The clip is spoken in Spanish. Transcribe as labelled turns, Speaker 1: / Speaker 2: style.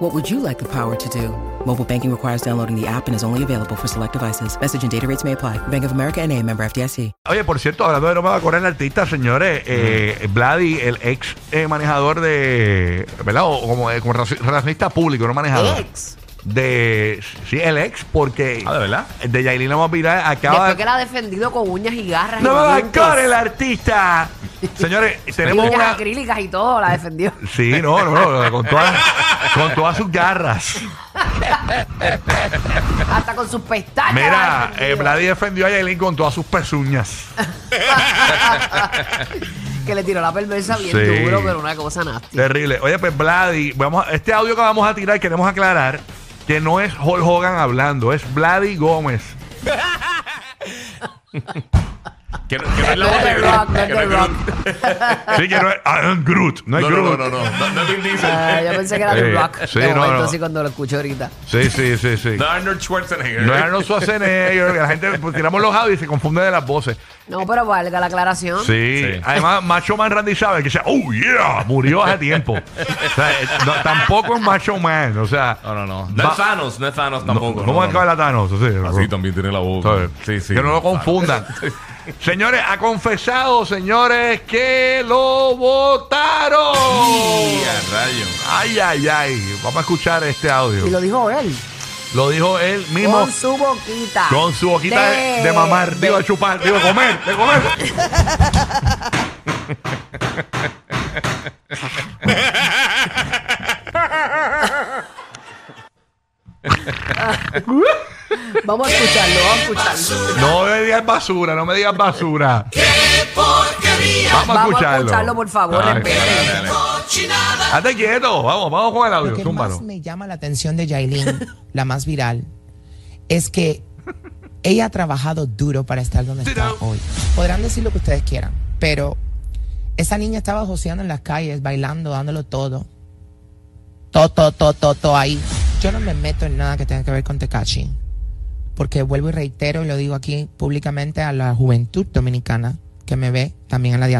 Speaker 1: What would you like the power to do? Mobile banking requires downloading the app and is only available for select devices. Message and data rates may apply. Bank of America and a member FDIC.
Speaker 2: Oye, por cierto, hablando de Roma con el artista, señores, eh, Vladi, el ex eh, manejador de. ¿Verdad? O como, eh, como relaci- relacionista público, no manejador.
Speaker 3: Ex.
Speaker 2: De. Sí, el ex, porque.
Speaker 4: Ah, ¿de verdad?
Speaker 2: De Yailina Mopiral acaba.
Speaker 3: Después que la ha defendido con uñas y garras.
Speaker 2: eh. ¡No
Speaker 3: y
Speaker 2: me
Speaker 3: dientes.
Speaker 2: bancones el artista! Señores,
Speaker 3: Y
Speaker 2: tenemos
Speaker 3: uñas
Speaker 2: una.
Speaker 3: acrílicas y todo la defendió.
Speaker 2: Sí, no, no, no, con todas, con todas sus garras.
Speaker 3: Hasta con sus pestañas. la
Speaker 2: Mira, eh,
Speaker 3: ha defendido.
Speaker 2: Vladi defendió a Yailin con todas sus pezuñas.
Speaker 3: que le tiró la perversa bien
Speaker 2: eh, Sí.
Speaker 3: duro, pero una cosa nasty.
Speaker 2: Terrible. Oye, pues Vladi, vamos a- este audio que vamos a tirar queremos aclarar que no es Hulk Hogan hablando, es Vladi Gómez.
Speaker 4: Que, no- que no es la
Speaker 3: No es
Speaker 4: voz
Speaker 3: The
Speaker 4: de
Speaker 3: Rock, no es
Speaker 4: que no
Speaker 3: The
Speaker 4: es
Speaker 3: Rock.
Speaker 4: Groot.
Speaker 2: Sí, que no es I am Groot, no es
Speaker 4: No, no,
Speaker 2: Groot.
Speaker 4: no, no, no, no, no es Vin Diesel.
Speaker 3: Ah, yo pensé que era
Speaker 2: Sí,
Speaker 3: The Rock.
Speaker 2: Eh, sí,
Speaker 3: de
Speaker 2: no,
Speaker 3: momento,
Speaker 2: no.
Speaker 3: así cuando lo escucho ahorita.
Speaker 2: Sí, sí, sí, sí.
Speaker 4: No es Arnold Schwarzenegger.
Speaker 2: No es Arnold Schwarzenegger, que la gente pues, tiramos los audios y se confunde de las voces.
Speaker 3: No, pero valga la aclaración.
Speaker 2: Sí.
Speaker 4: Sí.
Speaker 2: Además, Macho Man Randy Savage, que decía, oh yeah, murió hace tiempo. O sea, eh, no, tampoco es Macho Man, o sea.
Speaker 4: No, no, no. No
Speaker 2: va-
Speaker 4: es Thanos, no es Thanos
Speaker 2: No,
Speaker 4: tampoco.
Speaker 2: ¿Cómo
Speaker 4: no,
Speaker 2: acaba la Thanos? Sí,
Speaker 4: no. Así también tiene la voz.
Speaker 2: ¿Sabes?
Speaker 4: Sí, sí.
Speaker 2: Que no lo confundan. señores, ha confesado, señores, que lo votaron.
Speaker 4: Y a rayos.
Speaker 2: Ay, ay, ay. Vamos a escuchar este audio.
Speaker 3: Y
Speaker 2: Lo,
Speaker 3: lo dijo él.
Speaker 2: dijo él mismo
Speaker 3: Con
Speaker 2: con su,
Speaker 3: su boquita.
Speaker 2: boquita de, de mamar, digo, de chupar, digo, de comer, de comer.
Speaker 3: Vamos a escucharlo, vamos a escucharlo.
Speaker 2: No me digas basura, no me digas basura. Vamos a
Speaker 3: Vamos a
Speaker 2: escucharlo.
Speaker 3: escucharlo, por favor,
Speaker 2: Ay,
Speaker 3: respeten.
Speaker 4: Dale, dale, dale.
Speaker 2: Hazte quieto, vamos, vamos con el
Speaker 5: Lo
Speaker 2: audio,
Speaker 5: que
Speaker 2: túmbalo.
Speaker 5: más me llama la atención de Yailin, la más viral, es que ella ha trabajado duro para estar donde está hoy. Podrán decir lo que ustedes quieran, pero esa niña estaba joseando en las calles, bailando, dándolo todo. Todo, todo, todo, todo, todo ahí. Yo no me meto en nada que tenga que ver con Tekashi. Porque vuelvo y reitero y lo digo aquí públicamente a la juventud dominicana que me ve, también a la diáspora.